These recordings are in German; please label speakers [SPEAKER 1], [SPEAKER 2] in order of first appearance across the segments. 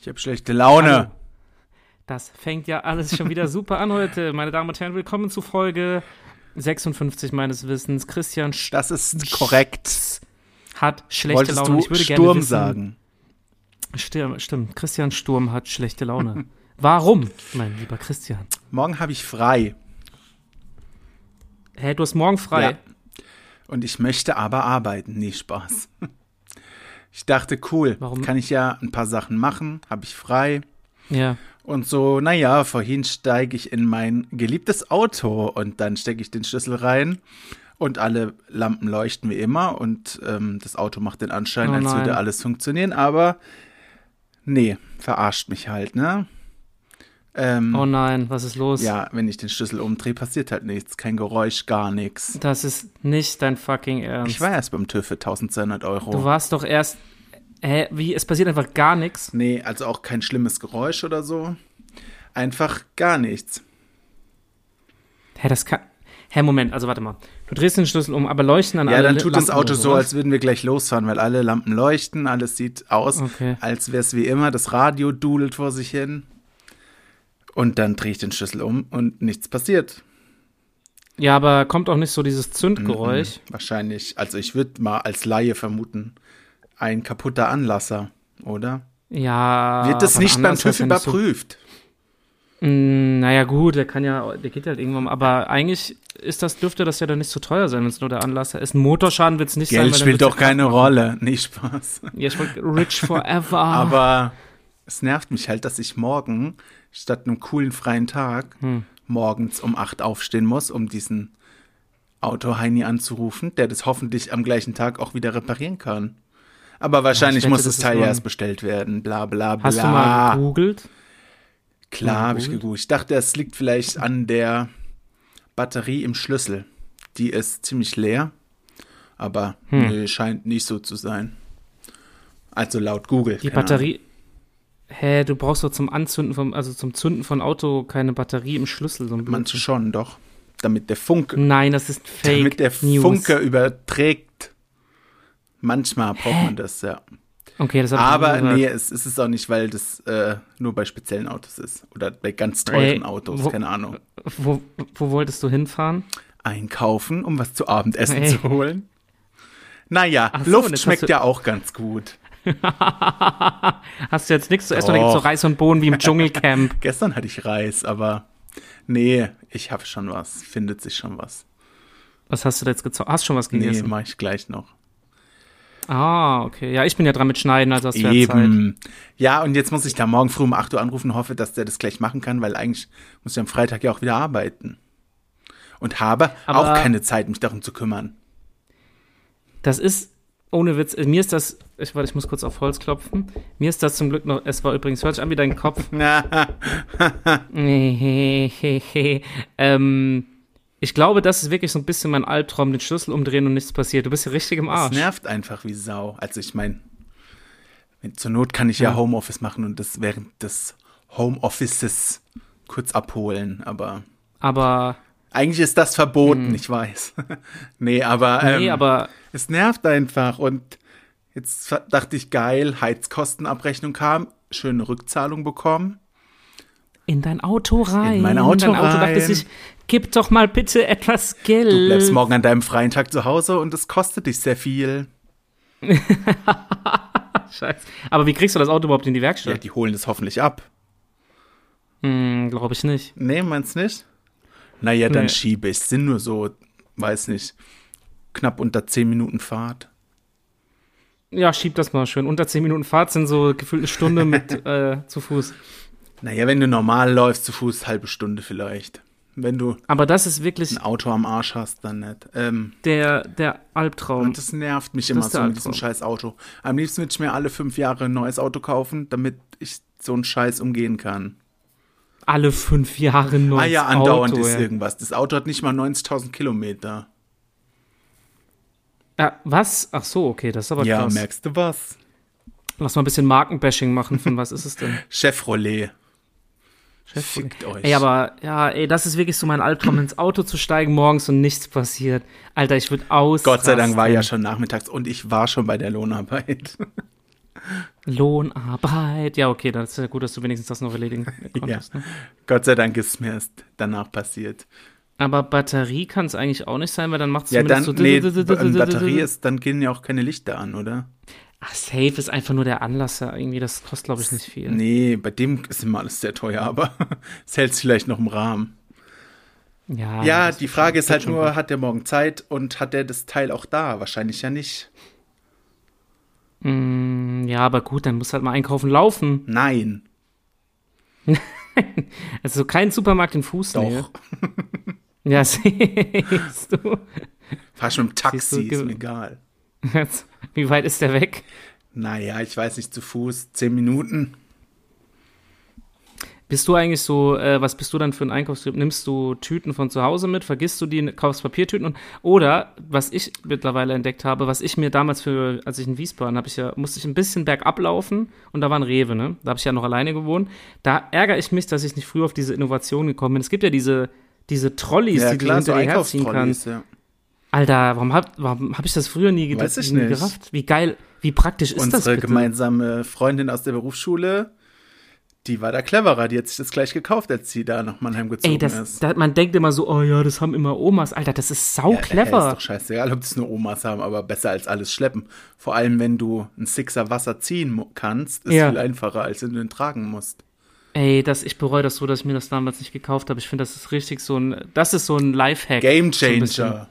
[SPEAKER 1] Ich habe schlechte Laune.
[SPEAKER 2] Also, Das fängt ja alles schon wieder super an heute. Meine Damen und Herren, willkommen zu Folge 56 meines Wissens. Christian Sch
[SPEAKER 1] Das ist korrekt.
[SPEAKER 2] hat schlechte
[SPEAKER 1] Wolltest
[SPEAKER 2] Laune.
[SPEAKER 1] du
[SPEAKER 2] ich würde
[SPEAKER 1] Sturm
[SPEAKER 2] gerne wissen,
[SPEAKER 1] sagen?
[SPEAKER 2] Stirm, stimmt, Christian Sturm hat schlechte Laune. Warum, mein lieber Christian?
[SPEAKER 1] Morgen habe ich frei
[SPEAKER 2] Hä, du hast morgen frei.
[SPEAKER 1] Ja. und ich möchte aber arbeiten. Nee, Spaß. Ich dachte, cool,
[SPEAKER 2] Warum?
[SPEAKER 1] kann ich ja ein paar Sachen machen, habe ich frei.
[SPEAKER 2] Ja.
[SPEAKER 1] Und so, naja, vorhin steige ich in mein geliebtes Auto und dann stecke ich den Schlüssel rein und alle Lampen leuchten wie immer und ähm, das Auto macht den Anschein,
[SPEAKER 2] Oh
[SPEAKER 1] als
[SPEAKER 2] nein.
[SPEAKER 1] würde alles funktionieren, aber nee, verarscht mich halt, ne? Ähm,
[SPEAKER 2] Oh nein, was ist los?
[SPEAKER 1] ja, wenn ich den Schlüssel umdrehe, passiert halt nichts, kein Geräusch, gar nichts.
[SPEAKER 2] Das ist nicht dein fucking Ernst.
[SPEAKER 1] Ich war erst beim TÜV für 1200
[SPEAKER 2] Du
[SPEAKER 1] Euro.
[SPEAKER 2] warst doch erst. Hä, wie? Es passiert einfach gar nichts.
[SPEAKER 1] Nee, also auch kein schlimmes Geräusch oder so. Einfach gar nichts.
[SPEAKER 2] Hä, das kann. Hä, Moment, also warte mal. Du drehst den Schlüssel um, aber leuchten an
[SPEAKER 1] Ja,
[SPEAKER 2] alle
[SPEAKER 1] dann tut das
[SPEAKER 2] Lampen
[SPEAKER 1] Auto
[SPEAKER 2] oder ne?
[SPEAKER 1] so, als würden wir gleich losfahren, weil alle Lampen leuchten, alles sieht aus,
[SPEAKER 2] Okay.
[SPEAKER 1] als wäre es wie immer, das Radio dudelt vor sich hin. Und dann drehe ich den Schlüssel um und nichts passiert.
[SPEAKER 2] Ja, aber kommt auch nicht so dieses Zündgeräusch.
[SPEAKER 1] Wahrscheinlich, also ich würde mal als Laie vermuten, ein kaputter Anlasser, oder?
[SPEAKER 2] Ja.
[SPEAKER 1] Wird das
[SPEAKER 2] aber
[SPEAKER 1] nicht beim
[SPEAKER 2] anders
[SPEAKER 1] TÜV
[SPEAKER 2] als wenn du so-
[SPEAKER 1] überprüft?
[SPEAKER 2] Mm, Naja, gut, der kann ja, der geht halt irgendwann, aber eigentlich ist das, dürfte das ja dann nicht so teuer sein, wenn es nur der Anlasser ist. Ein Motorschaden wird es nicht sein.
[SPEAKER 1] Geld
[SPEAKER 2] weil dann
[SPEAKER 1] spielt
[SPEAKER 2] wird's
[SPEAKER 1] doch keine Rolle, nicht Spaß.
[SPEAKER 2] Ja, ja, ich wollte rich forever.
[SPEAKER 1] Aber es nervt mich halt, dass ich morgen statt einem coolen freien Tag
[SPEAKER 2] Hm.
[SPEAKER 1] morgens um 8 aufstehen muss, um diesen Auto-Heini anzurufen, der das hoffentlich am gleichen Tag auch wieder reparieren kann. Aber wahrscheinlich
[SPEAKER 2] wette,
[SPEAKER 1] muss
[SPEAKER 2] das
[SPEAKER 1] das
[SPEAKER 2] ist
[SPEAKER 1] Teil
[SPEAKER 2] morgen.
[SPEAKER 1] erst bestellt werden, bla bla bla.
[SPEAKER 2] Hast du mal gegoogelt?
[SPEAKER 1] Klar, habe ich
[SPEAKER 2] gegoogelt?
[SPEAKER 1] gegoogelt. Ich dachte, es liegt vielleicht an der Batterie im Schlüssel. Die ist ziemlich leer, aber
[SPEAKER 2] Hm.
[SPEAKER 1] nö, scheint nicht so zu sein. Also laut Google.
[SPEAKER 2] Die
[SPEAKER 1] keine Ahnung.
[SPEAKER 2] Batterie. Hä, du brauchst doch zum Anzünden vom, also zum Zünden von Auto keine Batterie im Schlüssel. So ein Blödsinn.
[SPEAKER 1] Manche schon, doch. Damit der Funke,
[SPEAKER 2] Nein, das ist Fake
[SPEAKER 1] damit der
[SPEAKER 2] News.
[SPEAKER 1] Funke überträgt. Manchmal braucht man das, ja.
[SPEAKER 2] Okay, das hat
[SPEAKER 1] Aber nee, es ist es auch nicht, weil das äh, nur bei speziellen Autos ist. Oder bei ganz
[SPEAKER 2] Ey,
[SPEAKER 1] teuren Autos,
[SPEAKER 2] wo-
[SPEAKER 1] keine Ahnung.
[SPEAKER 2] Wo, wo wolltest du hinfahren?
[SPEAKER 1] Einkaufen, um was zu Abendessen
[SPEAKER 2] Ey.
[SPEAKER 1] zu holen. Naja,
[SPEAKER 2] so, und
[SPEAKER 1] Luft
[SPEAKER 2] jetzt
[SPEAKER 1] schmeckt
[SPEAKER 2] hast du-
[SPEAKER 1] ja auch ganz gut.
[SPEAKER 2] Hast du jetzt nichts zu essen oder gibt's so
[SPEAKER 1] Doch.
[SPEAKER 2] Reis und Bohnen wie im Dschungelcamp?
[SPEAKER 1] Gestern hatte ich Reis, aber nee, ich habe schon was. Findet sich schon was.
[SPEAKER 2] Was hast du da jetzt gezogen? Hast schon was
[SPEAKER 1] Nee,
[SPEAKER 2] gegessen?
[SPEAKER 1] mache ich gleich noch.
[SPEAKER 2] Ah, okay. Ja, ich bin ja dran mit Schneiden, also hast du ja Zeit.
[SPEAKER 1] Eben. Ja, und jetzt muss ich da morgen früh um 8 Uhr anrufen, hoffe, dass der das gleich machen kann, weil eigentlich muss ich am Freitag ja auch wieder arbeiten. Und habe
[SPEAKER 2] Aber-
[SPEAKER 1] auch keine Zeit, mich darum zu kümmern.
[SPEAKER 2] Das ist, ohne Witz, mir ist das, ich, warte, ich muss kurz auf Holz klopfen. Mir ist das zum Glück noch, es war übrigens, hört sich an wie dein Kopf. ähm, ich glaube, das ist wirklich so ein bisschen mein Albtraum, den Schlüssel umdrehen und nichts passiert. Du bist ja richtig im
[SPEAKER 1] Das
[SPEAKER 2] Arsch.
[SPEAKER 1] nervt einfach wie Sau. Also ich meine, zur Not kann ich ja Homeoffice machen und das während des Homeoffices kurz abholen, aber
[SPEAKER 2] Aber,
[SPEAKER 1] eigentlich ist das verboten, ich weiß. nee, aber, ähm,
[SPEAKER 2] Mhm. nee, aber,
[SPEAKER 1] es nervt einfach und jetzt ver- dachte ich, geil, Heizkostenabrechnung kam, schöne Rückzahlung bekommen.
[SPEAKER 2] in dein Auto rein.
[SPEAKER 1] In mein Auto
[SPEAKER 2] dein Auto dachte
[SPEAKER 1] rein.
[SPEAKER 2] sich, gib doch mal bitte etwas Geld.
[SPEAKER 1] Du bleibst morgen an deinem freien Tag zu Hause und es kostet dich sehr viel.
[SPEAKER 2] Scheiße. Aber wie kriegst du das Auto überhaupt in die
[SPEAKER 1] Ja,
[SPEAKER 2] Werkstatt?
[SPEAKER 1] die holen es hoffentlich ab.
[SPEAKER 2] Hm, glaube ich nicht.
[SPEAKER 1] Nee, meinst nicht? Naja, dann
[SPEAKER 2] Nee.
[SPEAKER 1] schiebe ich. Sind nur so, weiß nicht, knapp unter 10 Minuten Fahrt.
[SPEAKER 2] Ja, schieb das mal schön. Unter 10 Minuten Fahrt sind so gefühlt eine Stunde mit äh, zu Fuß.
[SPEAKER 1] Naja, wenn du normal läufst, zu Fuß halbe Stunde vielleicht. Wenn du
[SPEAKER 2] Aber das ist wirklich
[SPEAKER 1] ein Auto am Arsch hast, dann nicht. Ähm,
[SPEAKER 2] der, der Albtraum.
[SPEAKER 1] Und das nervt mich immer
[SPEAKER 2] ist der
[SPEAKER 1] so mit diesem
[SPEAKER 2] Albtraum.
[SPEAKER 1] scheiß Auto. Am liebsten würde ich mir alle fünf Jahre ein neues Auto kaufen, damit ich so einen Scheiß umgehen kann.
[SPEAKER 2] Alle fünf Jahre neu.
[SPEAKER 1] ah ja, andauernd
[SPEAKER 2] Auto,
[SPEAKER 1] ist
[SPEAKER 2] ja.
[SPEAKER 1] irgendwas. Das Auto hat nicht mal 90.000 Kilometer.
[SPEAKER 2] Ja, was? Ach so, okay, das ist aber
[SPEAKER 1] ja,
[SPEAKER 2] krass.
[SPEAKER 1] merkst du was?
[SPEAKER 2] Lass mal ein bisschen Markenbashing machen. Von was ist es denn?
[SPEAKER 1] Chevrolet. Fickt euch.
[SPEAKER 2] Ey, aber ja, ey, das ist wirklich so mein Albtraum, ins Auto zu steigen morgens und nichts passiert. Alter, ich würde aus.
[SPEAKER 1] Gott sei Dank war ja schon nachmittags und ich war schon bei der Lohnarbeit.
[SPEAKER 2] Lohnarbeit. Ja, okay, dann ist ja gut, dass du wenigstens das noch erledigen konntest.
[SPEAKER 1] ja.
[SPEAKER 2] Ne?
[SPEAKER 1] Gott sei Dank ist mir erst danach passiert.
[SPEAKER 2] Aber Batterie kann es eigentlich auch nicht sein, weil dann macht es
[SPEAKER 1] Ja, dann,
[SPEAKER 2] zumindest so.
[SPEAKER 1] nee, b- Batterie ist, dann gehen ja auch keine Lichter an, oder?
[SPEAKER 2] Ach, Ah, safe ist einfach nur der Anlasser irgendwie. Das kostet, glaube ich, nicht viel.
[SPEAKER 1] Nee, bei dem ist immer alles sehr teuer, aber es hält sich vielleicht noch im Rahmen.
[SPEAKER 2] Ja,
[SPEAKER 1] ja,
[SPEAKER 2] das-
[SPEAKER 1] die Frage ist halt nur, hat der morgen Zeit und hat der das Teil auch da? Wahrscheinlich ja nicht.
[SPEAKER 2] Mm, ja, aber gut, dann muss halt mal einkaufen laufen.
[SPEAKER 1] Nein,
[SPEAKER 2] Also kein Supermarkt in Fußnähe.
[SPEAKER 1] doch.
[SPEAKER 2] Ja, siehst du.
[SPEAKER 1] Fahrst mit dem
[SPEAKER 2] Siehst du,
[SPEAKER 1] Taxi, ist
[SPEAKER 2] ge-
[SPEAKER 1] mir egal.
[SPEAKER 2] Jetzt, wie weit ist der weg?
[SPEAKER 1] Naja, ich weiß nicht, zu Fuß, zehn Minuten.
[SPEAKER 2] Bist du eigentlich so, äh, was bist du dann für ein Einkaufstrip? Nimmst du Tüten von zu Hause mit, vergisst du die, kaufst Papiertüten und oder was ich mittlerweile entdeckt habe, was ich mir damals für, als ich in Wiesbaden habe ich ja, musste ich ein bisschen bergab laufen und da war ein Rewe, ne? Da habe ich ja noch alleine gewohnt. Da ärgere ich mich, dass ich nicht früher auf diese Innovation gekommen bin. Es gibt ja diese, diese Trolleys,
[SPEAKER 1] Ja,
[SPEAKER 2] die
[SPEAKER 1] klar,
[SPEAKER 2] du
[SPEAKER 1] so
[SPEAKER 2] hinter dir herziehen
[SPEAKER 1] Einkaufstrolleys,
[SPEAKER 2] kannst.
[SPEAKER 1] ja.
[SPEAKER 2] Alter, warum hab, warum hab ich das früher nie,
[SPEAKER 1] Weiß
[SPEAKER 2] gedacht,
[SPEAKER 1] ich
[SPEAKER 2] nie
[SPEAKER 1] nicht.
[SPEAKER 2] gerafft? Wie geil, wie praktisch ist das
[SPEAKER 1] Unsere
[SPEAKER 2] bitte?
[SPEAKER 1] gemeinsame Freundin aus der Berufsschule, die war da cleverer, die hat sich das gleich gekauft, als sie da nach Mannheim gezogen
[SPEAKER 2] Ey, das,
[SPEAKER 1] ist.
[SPEAKER 2] da, man denkt immer so, oh ja, das haben immer Omas. Alter, das ist sau
[SPEAKER 1] Ja, Ist
[SPEAKER 2] clever.
[SPEAKER 1] doch scheißegal, ob das nur Omas haben, aber besser als alles schleppen. Vor allem, wenn du einen Sixer Wasser ziehen mu- kannst, ist
[SPEAKER 2] Ja.
[SPEAKER 1] viel einfacher, als wenn du ihn tragen musst.
[SPEAKER 2] Ey, das, ich bereue das so, dass ich mir das damals nicht gekauft habe. Ich finde, das ist richtig so ein, das ist so ein Lifehack.
[SPEAKER 1] Game
[SPEAKER 2] So ein bisschen.
[SPEAKER 1] Changer.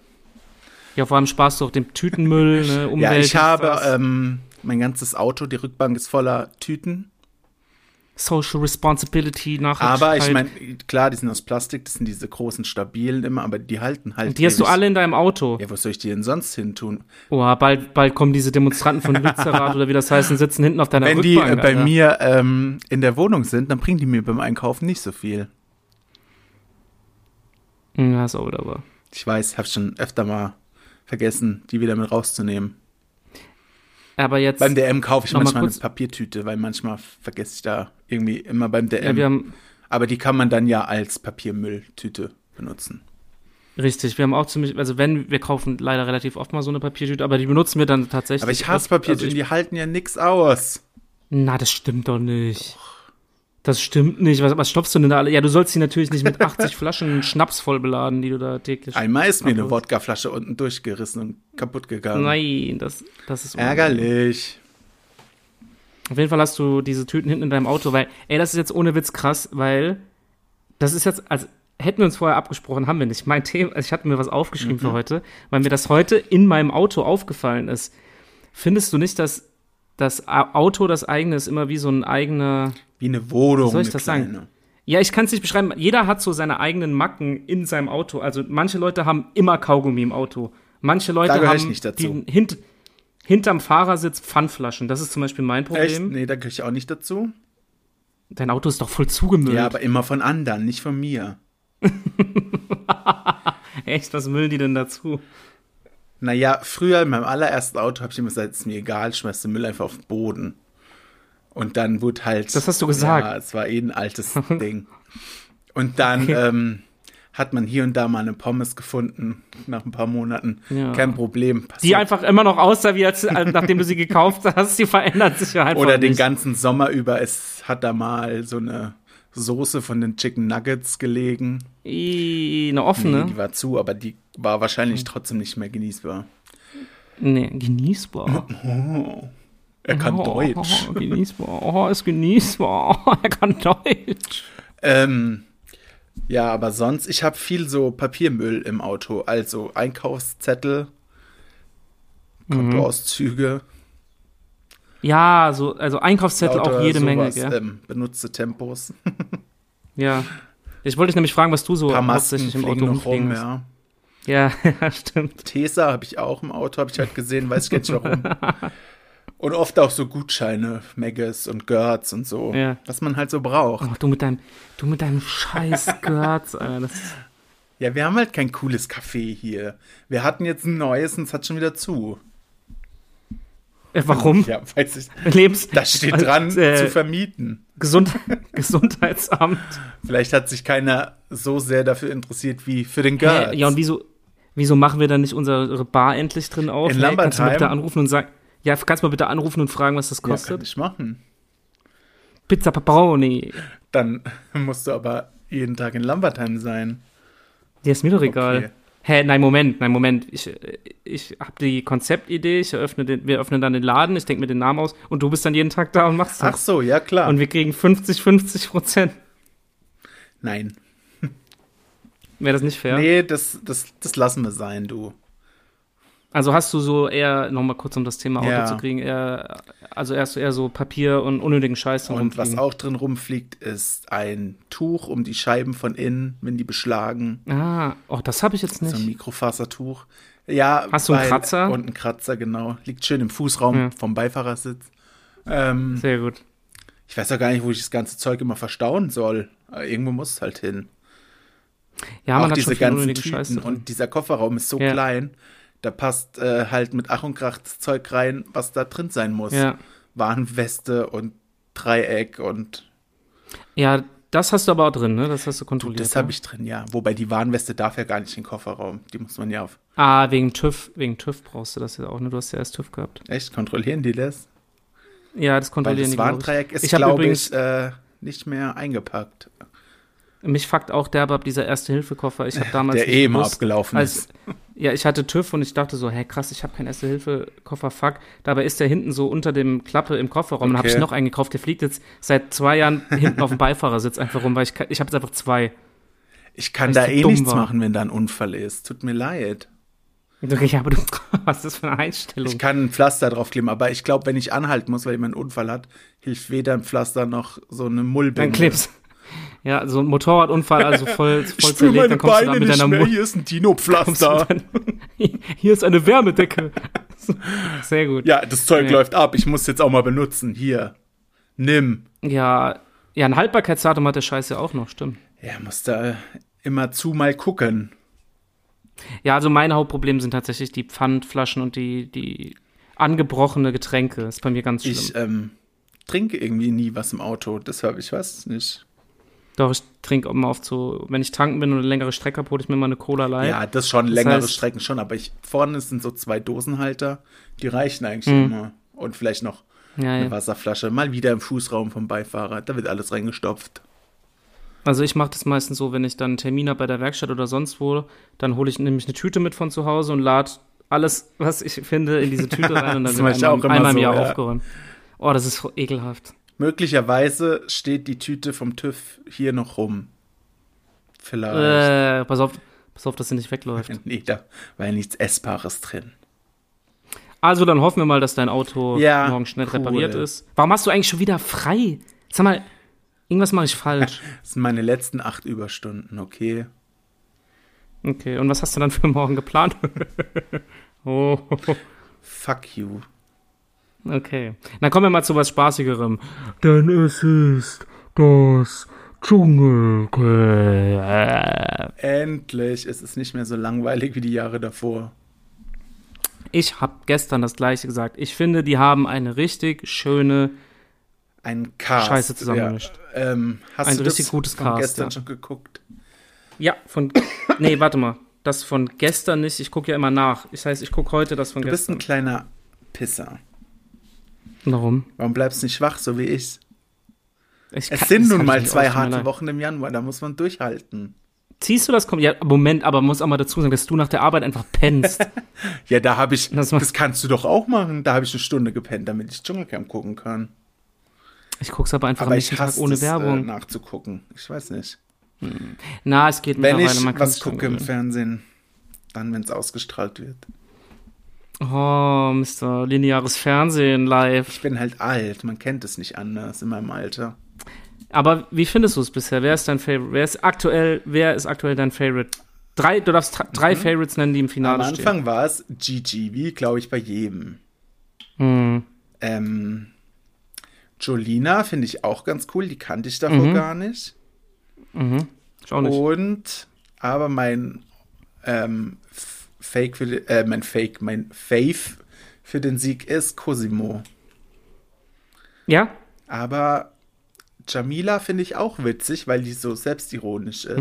[SPEAKER 2] ja, vor allem sparst du auch dem Tütenmüll, ne, Umwelt.
[SPEAKER 1] ja, ich
[SPEAKER 2] ist
[SPEAKER 1] habe
[SPEAKER 2] das.
[SPEAKER 1] ähm, mein ganzes Auto, die Rückbank ist voller Tüten.
[SPEAKER 2] Social Responsibility, Nachhaltigkeit.
[SPEAKER 1] Aber ich meine, klar, die sind aus Plastik, das sind diese großen, stabilen immer, aber die halten halt.
[SPEAKER 2] Und die hast du
[SPEAKER 1] ewig.
[SPEAKER 2] alle in deinem Auto.
[SPEAKER 1] Ja, was soll ich dir denn sonst hin tun?
[SPEAKER 2] Oh, bald, bald kommen diese Demonstranten von Lützerath oder wie das heißt und sitzen hinten auf deiner
[SPEAKER 1] Wenn die
[SPEAKER 2] Rückbank.
[SPEAKER 1] äh, bei
[SPEAKER 2] Alter.
[SPEAKER 1] mir ähm, in der Wohnung sind, dann bringen die mir beim Einkaufen nicht so viel.
[SPEAKER 2] Ja, Hm, ist auch gut, aber.
[SPEAKER 1] Ich weiß, habe schon öfter mal vergessen, die wieder mit rauszunehmen.
[SPEAKER 2] Aber jetzt.
[SPEAKER 1] Beim DM kaufe ich
[SPEAKER 2] Noch mal
[SPEAKER 1] manchmal eine
[SPEAKER 2] kurz-
[SPEAKER 1] Papiertüte, weil manchmal vergesse ich da irgendwie immer beim
[SPEAKER 2] ja,
[SPEAKER 1] DM.
[SPEAKER 2] wir haben,
[SPEAKER 1] Aber die kann man dann ja als Papiermülltüte benutzen.
[SPEAKER 2] Richtig, wir haben auch ziemlich, also wenn, wir kaufen leider relativ oft mal so eine Papiertüte, aber die benutzen wir dann tatsächlich.
[SPEAKER 1] Aber ich
[SPEAKER 2] oft.
[SPEAKER 1] hasse Papiertüten,
[SPEAKER 2] Also ich,
[SPEAKER 1] die halten ja nix aus.
[SPEAKER 2] na, das stimmt doch nicht. Das stimmt nicht. Was, was stopfst du denn da alle? Ja, du sollst sie natürlich nicht mit 80 Flaschen Schnaps voll beladen, die du da täglich.
[SPEAKER 1] Einmal ist mir eine
[SPEAKER 2] Obwohl-
[SPEAKER 1] Wodkaflasche unten durchgerissen und kaputt gegangen.
[SPEAKER 2] Nein, das, das ist unangenehm.
[SPEAKER 1] Ärgerlich.
[SPEAKER 2] Auf jeden Fall hast du diese Tüten hinten in deinem Auto, weil, ey, das ist jetzt ohne Witz krass, weil das ist jetzt, also hätten wir uns vorher abgesprochen, haben wir nicht. Mein Thema, also ich hatte mir was aufgeschrieben für heute, weil mir das heute in meinem Auto aufgefallen ist. Findest du nicht, dass das A- Auto, das eigene, ist immer wie so ein eigener.
[SPEAKER 1] Wie eine Wohnung.
[SPEAKER 2] Soll ich
[SPEAKER 1] eine
[SPEAKER 2] das sagen?
[SPEAKER 1] kleine.
[SPEAKER 2] Ja, ich kann es nicht beschreiben. Jeder hat so seine eigenen Macken in seinem Auto. Also manche Leute haben immer Kaugummi im Auto. Manche Leute
[SPEAKER 1] Da gehör
[SPEAKER 2] haben
[SPEAKER 1] ich nicht dazu.
[SPEAKER 2] die hint, hinterm Fahrersitz Pfandflaschen. Das ist zum Beispiel mein
[SPEAKER 1] Echt?
[SPEAKER 2] Problem.
[SPEAKER 1] Nee, da gehöre ich auch nicht dazu.
[SPEAKER 2] Dein Auto ist doch voll zugemüllt.
[SPEAKER 1] Ja, aber immer von anderen, nicht von mir.
[SPEAKER 2] Echt, was müllen die denn dazu?
[SPEAKER 1] Naja, früher in meinem allerersten Auto habe ich immer gesagt, ist mir egal, schmeiß den Müll einfach auf den Boden. Und dann wurde halt.
[SPEAKER 2] Das hast du gesagt.
[SPEAKER 1] Ja, es war eh ein altes Ding. Und dann ähm, hat man hier und da mal eine Pommes gefunden, nach ein paar Monaten.
[SPEAKER 2] Ja.
[SPEAKER 1] Kein Problem.
[SPEAKER 2] Die einfach immer noch aussah, wie als, als nachdem du sie gekauft hast. Die verändert sich ja einfach
[SPEAKER 1] Oder den
[SPEAKER 2] nicht.
[SPEAKER 1] ganzen Sommer über, es hat da mal so eine Soße von den Chicken Nuggets gelegen.
[SPEAKER 2] I, eine
[SPEAKER 1] Nee,
[SPEAKER 2] offene?
[SPEAKER 1] die war zu, aber die war wahrscheinlich trotzdem nicht mehr genießbar.
[SPEAKER 2] Nee, genießbar.
[SPEAKER 1] Er kann
[SPEAKER 2] oh,
[SPEAKER 1] Deutsch.
[SPEAKER 2] Oh, genießbar. Oh, ist genießbar. Oh, er kann Deutsch.
[SPEAKER 1] Ähm, ja, aber sonst, ich habe viel so Papiermüll im Auto. Also Einkaufszettel, Kontoauszüge,
[SPEAKER 2] Ja, so, also Einkaufszettel auch
[SPEAKER 1] lauter
[SPEAKER 2] jede Menge,
[SPEAKER 1] sowas,
[SPEAKER 2] gell?
[SPEAKER 1] Ähm, benutzte Tempos.
[SPEAKER 2] Ja. Ich wollte dich nämlich fragen, was du so
[SPEAKER 1] Ein paar Masken
[SPEAKER 2] hauptsächlich im
[SPEAKER 1] fliegen
[SPEAKER 2] Auto
[SPEAKER 1] noch rum,
[SPEAKER 2] rumfliegen hast.
[SPEAKER 1] ja.
[SPEAKER 2] Ja, ja, stimmt.
[SPEAKER 1] Tesa habe ich auch im Auto, habe ich halt gesehen, weiß ich jetzt nicht warum. Und oft auch so Gutscheine, Megas und Gertz und so,
[SPEAKER 2] Ja.
[SPEAKER 1] was man halt so braucht.
[SPEAKER 2] Oh, du mit deinem, du mit deinem scheiß Götz, Alter. Das ist
[SPEAKER 1] Ja, wir haben halt kein cooles Café hier. Wir hatten jetzt ein neues und es hat schon wieder zu.
[SPEAKER 2] Äh, Warum?
[SPEAKER 1] Ja, weiß ich.
[SPEAKER 2] Lebens
[SPEAKER 1] Da steht dran,
[SPEAKER 2] Äh,
[SPEAKER 1] zu vermieten.
[SPEAKER 2] Gesund Gesundheitsamt.
[SPEAKER 1] Vielleicht hat sich keiner so sehr dafür interessiert wie für den Girls.
[SPEAKER 2] Hä? Ja, und wieso, wieso machen wir dann nicht unsere Bar endlich drin auf?
[SPEAKER 1] In
[SPEAKER 2] Hey, kannst du mal
[SPEAKER 1] Lambertheim?
[SPEAKER 2] bitte anrufen und sagen, Ja, kannst mal bitte anrufen und fragen, was das
[SPEAKER 1] Ja, kann
[SPEAKER 2] kostet?
[SPEAKER 1] ich machen.
[SPEAKER 2] Pizza Pepperoni.
[SPEAKER 1] Dann musst du aber jeden Tag in Lambertheim sein.
[SPEAKER 2] Ja, ist mir doch egal.
[SPEAKER 1] Okay.
[SPEAKER 2] Hä, nein, Moment, nein, Moment. Ich, äh, ich habe die Konzeptidee, ich eröffne den, wir öffnen dann den Laden, ich denke mir den Namen aus und du bist dann jeden Tag da und machst
[SPEAKER 1] Ach
[SPEAKER 2] das.
[SPEAKER 1] so, ja klar.
[SPEAKER 2] Und wir kriegen 50, 50 Prozent.
[SPEAKER 1] Nein.
[SPEAKER 2] Wäre das nicht fair?
[SPEAKER 1] Nee, das, das, das lassen wir sein, du.
[SPEAKER 2] Also hast du so eher, nochmal kurz um das Thema Auto
[SPEAKER 1] Ja.
[SPEAKER 2] zu kriegen, eher, also erst eher so Papier und unnötigen Scheiß zum
[SPEAKER 1] Und was
[SPEAKER 2] Rumfliegen.
[SPEAKER 1] auch drin rumfliegt, ist ein Tuch um die Scheiben von innen, wenn die beschlagen.
[SPEAKER 2] Ah, oh, das habe ich jetzt
[SPEAKER 1] So ein
[SPEAKER 2] nicht.
[SPEAKER 1] Mikrofasertuch. Ja,
[SPEAKER 2] Hast du einen
[SPEAKER 1] weil-
[SPEAKER 2] Kratzer?
[SPEAKER 1] Und einen Kratzer, genau. Liegt schön im Fußraum
[SPEAKER 2] Ja.
[SPEAKER 1] vom Beifahrersitz. Ähm,
[SPEAKER 2] Sehr gut.
[SPEAKER 1] ich weiß ja gar nicht, wo ich das ganze Zeug immer verstauen soll. Aber irgendwo muss es halt hin.
[SPEAKER 2] Ja,
[SPEAKER 1] auch
[SPEAKER 2] man hat schon
[SPEAKER 1] diese
[SPEAKER 2] viel
[SPEAKER 1] ganzen
[SPEAKER 2] unnötigen Scheiß.
[SPEAKER 1] Tüten
[SPEAKER 2] drin.
[SPEAKER 1] und dieser Kofferraum ist so
[SPEAKER 2] Ja.
[SPEAKER 1] klein, da passt äh, halt mit Ach und Krach das Zeug rein, was da drin sein muss.
[SPEAKER 2] ja.
[SPEAKER 1] Warnweste und Dreieck und
[SPEAKER 2] ja, das hast du aber auch drin, ne? Das hast du kontrolliert.
[SPEAKER 1] das habe
[SPEAKER 2] ne?
[SPEAKER 1] ich drin, ja. Wobei die Warnweste darf ja gar nicht in den Kofferraum. Die muss man ja auf.
[SPEAKER 2] Ah, wegen TÜV, wegen TÜV brauchst du das ja auch, ne? Du hast ja erst TÜV gehabt.
[SPEAKER 1] Echt kontrollieren die das?
[SPEAKER 2] Ja, das
[SPEAKER 1] Weil
[SPEAKER 2] kontrollieren
[SPEAKER 1] das
[SPEAKER 2] die, glaub
[SPEAKER 1] Warndreieck ist,
[SPEAKER 2] Ich hab
[SPEAKER 1] glaube
[SPEAKER 2] übrigens-
[SPEAKER 1] ich, äh, nicht mehr eingepackt.
[SPEAKER 2] ich. Mich fuckt auch derbe ab dieser Erste-Hilfe-Koffer. Ich habe damals
[SPEAKER 1] Der
[SPEAKER 2] nicht
[SPEAKER 1] eh immer
[SPEAKER 2] gewusst,
[SPEAKER 1] abgelaufen
[SPEAKER 2] als,
[SPEAKER 1] ist.
[SPEAKER 2] Ja, ich hatte TÜV und ich dachte so, hä, krass, ich habe keinen Erste-Hilfe-Koffer, fuck. Dabei ist der hinten so unter dem Klappe im Kofferraum. Dann habe ich
[SPEAKER 1] Okay.
[SPEAKER 2] noch einen gekauft. Der fliegt jetzt seit zwei Jahren hinten auf dem Beifahrersitz einfach rum, weil ich, ka- ich habe jetzt einfach zwei.
[SPEAKER 1] Ich kann
[SPEAKER 2] weil
[SPEAKER 1] da
[SPEAKER 2] ich zu
[SPEAKER 1] eh
[SPEAKER 2] dumm
[SPEAKER 1] nichts
[SPEAKER 2] war.
[SPEAKER 1] machen, wenn da ein Unfall ist. Tut mir leid.
[SPEAKER 2] Okay, ja, aber du, was ist das für eine Einstellung?
[SPEAKER 1] Ich kann ein Pflaster draufkleben, aber ich glaube, wenn ich anhalten muss, weil jemand einen Unfall hat, hilft weder ein Pflaster noch so eine Mullbinde.
[SPEAKER 2] Dann klebst. Ja, so ein Motorradunfall, also voll, voll
[SPEAKER 1] Ich spüre
[SPEAKER 2] zerlegt,
[SPEAKER 1] meine
[SPEAKER 2] dann kommst
[SPEAKER 1] Beine
[SPEAKER 2] du da mit
[SPEAKER 1] nicht
[SPEAKER 2] deiner
[SPEAKER 1] mehr.
[SPEAKER 2] Mutter.
[SPEAKER 1] Hier ist ein Dino-Pflaster.
[SPEAKER 2] Hier ist eine Wärmedecke. Sehr gut.
[SPEAKER 1] Ja, das Zeug
[SPEAKER 2] Nee.
[SPEAKER 1] läuft ab. Ich muss es jetzt auch mal benutzen. Hier. Nimm.
[SPEAKER 2] Ja, ja ein Haltbarkeitsdatum hat der Scheiß ja auch noch, stimmt.
[SPEAKER 1] Ja, muss da immer zu mal gucken.
[SPEAKER 2] Ja, also meine Hauptprobleme sind tatsächlich die Pfandflaschen und die, die angebrochene Getränke. Ist bei mir ganz schlimm.
[SPEAKER 1] Ich ähm, trinke irgendwie nie was im Auto. Deshalb, ich weiß nicht.
[SPEAKER 2] Doch, ich trinke immer oft so, wenn ich tanken bin und eine längere Strecke habe, hole ich mir mal eine Cola Light.
[SPEAKER 1] Ja, das schon. Längere
[SPEAKER 2] heißt-
[SPEAKER 1] Strecken schon. Aber ich, vorne sind so zwei Dosenhalter. Die reichen eigentlich
[SPEAKER 2] Hm.
[SPEAKER 1] immer. Und vielleicht noch
[SPEAKER 2] Ja,
[SPEAKER 1] eine
[SPEAKER 2] ja.
[SPEAKER 1] Wasserflasche. Mal wieder im Fußraum vom Beifahrer. Da wird alles reingestopft.
[SPEAKER 2] Also ich mache das meistens so, wenn ich dann einen Termin habe bei der Werkstatt oder sonst wo, dann hole ich nämlich eine Tüte mit von zu Hause und lade alles, was ich finde, in diese Tüte rein und dann
[SPEAKER 1] Das
[SPEAKER 2] wird
[SPEAKER 1] mach ich
[SPEAKER 2] einmal,
[SPEAKER 1] auch immer
[SPEAKER 2] einmal im
[SPEAKER 1] so,
[SPEAKER 2] Jahr
[SPEAKER 1] ja.
[SPEAKER 2] aufgeräumt. Oh, das ist so ekelhaft.
[SPEAKER 1] Möglicherweise steht die Tüte vom TÜV hier noch rum. Vielleicht.
[SPEAKER 2] Äh, pass auf, pass auf, dass sie nicht wegläuft.
[SPEAKER 1] Nee, da war ja nichts Essbares drin.
[SPEAKER 2] Also dann hoffen wir mal, dass dein Auto
[SPEAKER 1] Ja,
[SPEAKER 2] morgen schnell
[SPEAKER 1] cool.
[SPEAKER 2] repariert ist. Warum hast du eigentlich schon wieder frei? Sag mal, irgendwas mache ich falsch.
[SPEAKER 1] Das sind meine letzten acht Überstunden, okay?
[SPEAKER 2] Okay, und was hast du dann für morgen geplant? oh,
[SPEAKER 1] Fuck you.
[SPEAKER 2] okay. Dann kommen wir mal zu was Spaßigerem.
[SPEAKER 3] denn es ist das Dschungelcamp.
[SPEAKER 1] Endlich ist es nicht mehr so langweilig wie die Jahre davor.
[SPEAKER 2] Ich habe gestern das gleiche gesagt. Ich finde, die haben eine richtig schöne
[SPEAKER 1] Ein Cast.
[SPEAKER 2] Scheiße zusammengemischt.
[SPEAKER 1] Ja, ähm, hast
[SPEAKER 2] Ein
[SPEAKER 1] du
[SPEAKER 2] richtig
[SPEAKER 1] das
[SPEAKER 2] gutes
[SPEAKER 1] von
[SPEAKER 2] Cast,
[SPEAKER 1] gestern
[SPEAKER 2] ja.
[SPEAKER 1] schon geguckt?
[SPEAKER 2] Ja, von Nee, warte mal. Das von gestern nicht. Ich gucke ja immer nach. Das heißt, ich gucke heute das von
[SPEAKER 1] Du bist
[SPEAKER 2] gestern.
[SPEAKER 1] ein kleiner Pisser.
[SPEAKER 2] Warum?
[SPEAKER 1] Warum bleibst du nicht wach, so wie ich? Es
[SPEAKER 2] Ich kann-
[SPEAKER 1] sind
[SPEAKER 2] das
[SPEAKER 1] nun
[SPEAKER 2] hab
[SPEAKER 1] mal
[SPEAKER 2] ich
[SPEAKER 1] zwei
[SPEAKER 2] auch schon
[SPEAKER 1] harte
[SPEAKER 2] allein.
[SPEAKER 1] Wochen im Januar, da muss man durchhalten.
[SPEAKER 2] Ziehst du das kommt? Ja, Moment, aber man muss auch mal dazu sagen, dass du nach der Arbeit einfach pennst.
[SPEAKER 1] Ja, da habe ich,
[SPEAKER 2] Das
[SPEAKER 1] das,
[SPEAKER 2] macht-
[SPEAKER 1] kannst du doch auch machen. Da habe ich eine Stunde gepennt, damit ich Dschungelcamp gucken kann.
[SPEAKER 2] Ich guck's aber einfach
[SPEAKER 1] Aber
[SPEAKER 2] am
[SPEAKER 1] ich
[SPEAKER 2] nächsten Tag
[SPEAKER 1] hasse
[SPEAKER 2] ohne
[SPEAKER 1] es, Äh,
[SPEAKER 2] Werbung.
[SPEAKER 1] nachzugucken. Ich weiß nicht.
[SPEAKER 2] Na, es geht
[SPEAKER 1] Wenn
[SPEAKER 2] mittlerweile,
[SPEAKER 1] ich
[SPEAKER 2] man kann
[SPEAKER 1] was
[SPEAKER 2] sich dran
[SPEAKER 1] gucke im
[SPEAKER 2] gewöhnen.
[SPEAKER 1] Fernsehen, dann, wenn es ausgestrahlt wird.
[SPEAKER 2] Oh, Mr. Lineares Fernsehen live.
[SPEAKER 1] Ich bin halt alt, man kennt es nicht anders in meinem Alter.
[SPEAKER 2] Aber wie findest du es bisher? Wer ist dein Favorite? Wer ist aktuell, wer ist aktuell dein Favorite? Drei, du darfst dr- drei Favorites nennen, die im Finale
[SPEAKER 1] Mhm. Am
[SPEAKER 2] stehen.
[SPEAKER 1] Anfang war es Gigi, wie glaube ich bei jedem.
[SPEAKER 2] Hm.
[SPEAKER 1] Ähm, Jolina finde ich auch ganz cool, die kannte ich
[SPEAKER 2] Mhm.
[SPEAKER 1] davor gar nicht.
[SPEAKER 2] Ich auch
[SPEAKER 1] Oh.
[SPEAKER 2] nicht.
[SPEAKER 1] Und aber mein ähm, F- Fake für den, äh, mein Fake, mein Fave für den Sieg ist Cosimo.
[SPEAKER 2] Ja?
[SPEAKER 1] Aber Jamila finde ich auch witzig, weil die so selbstironisch ist.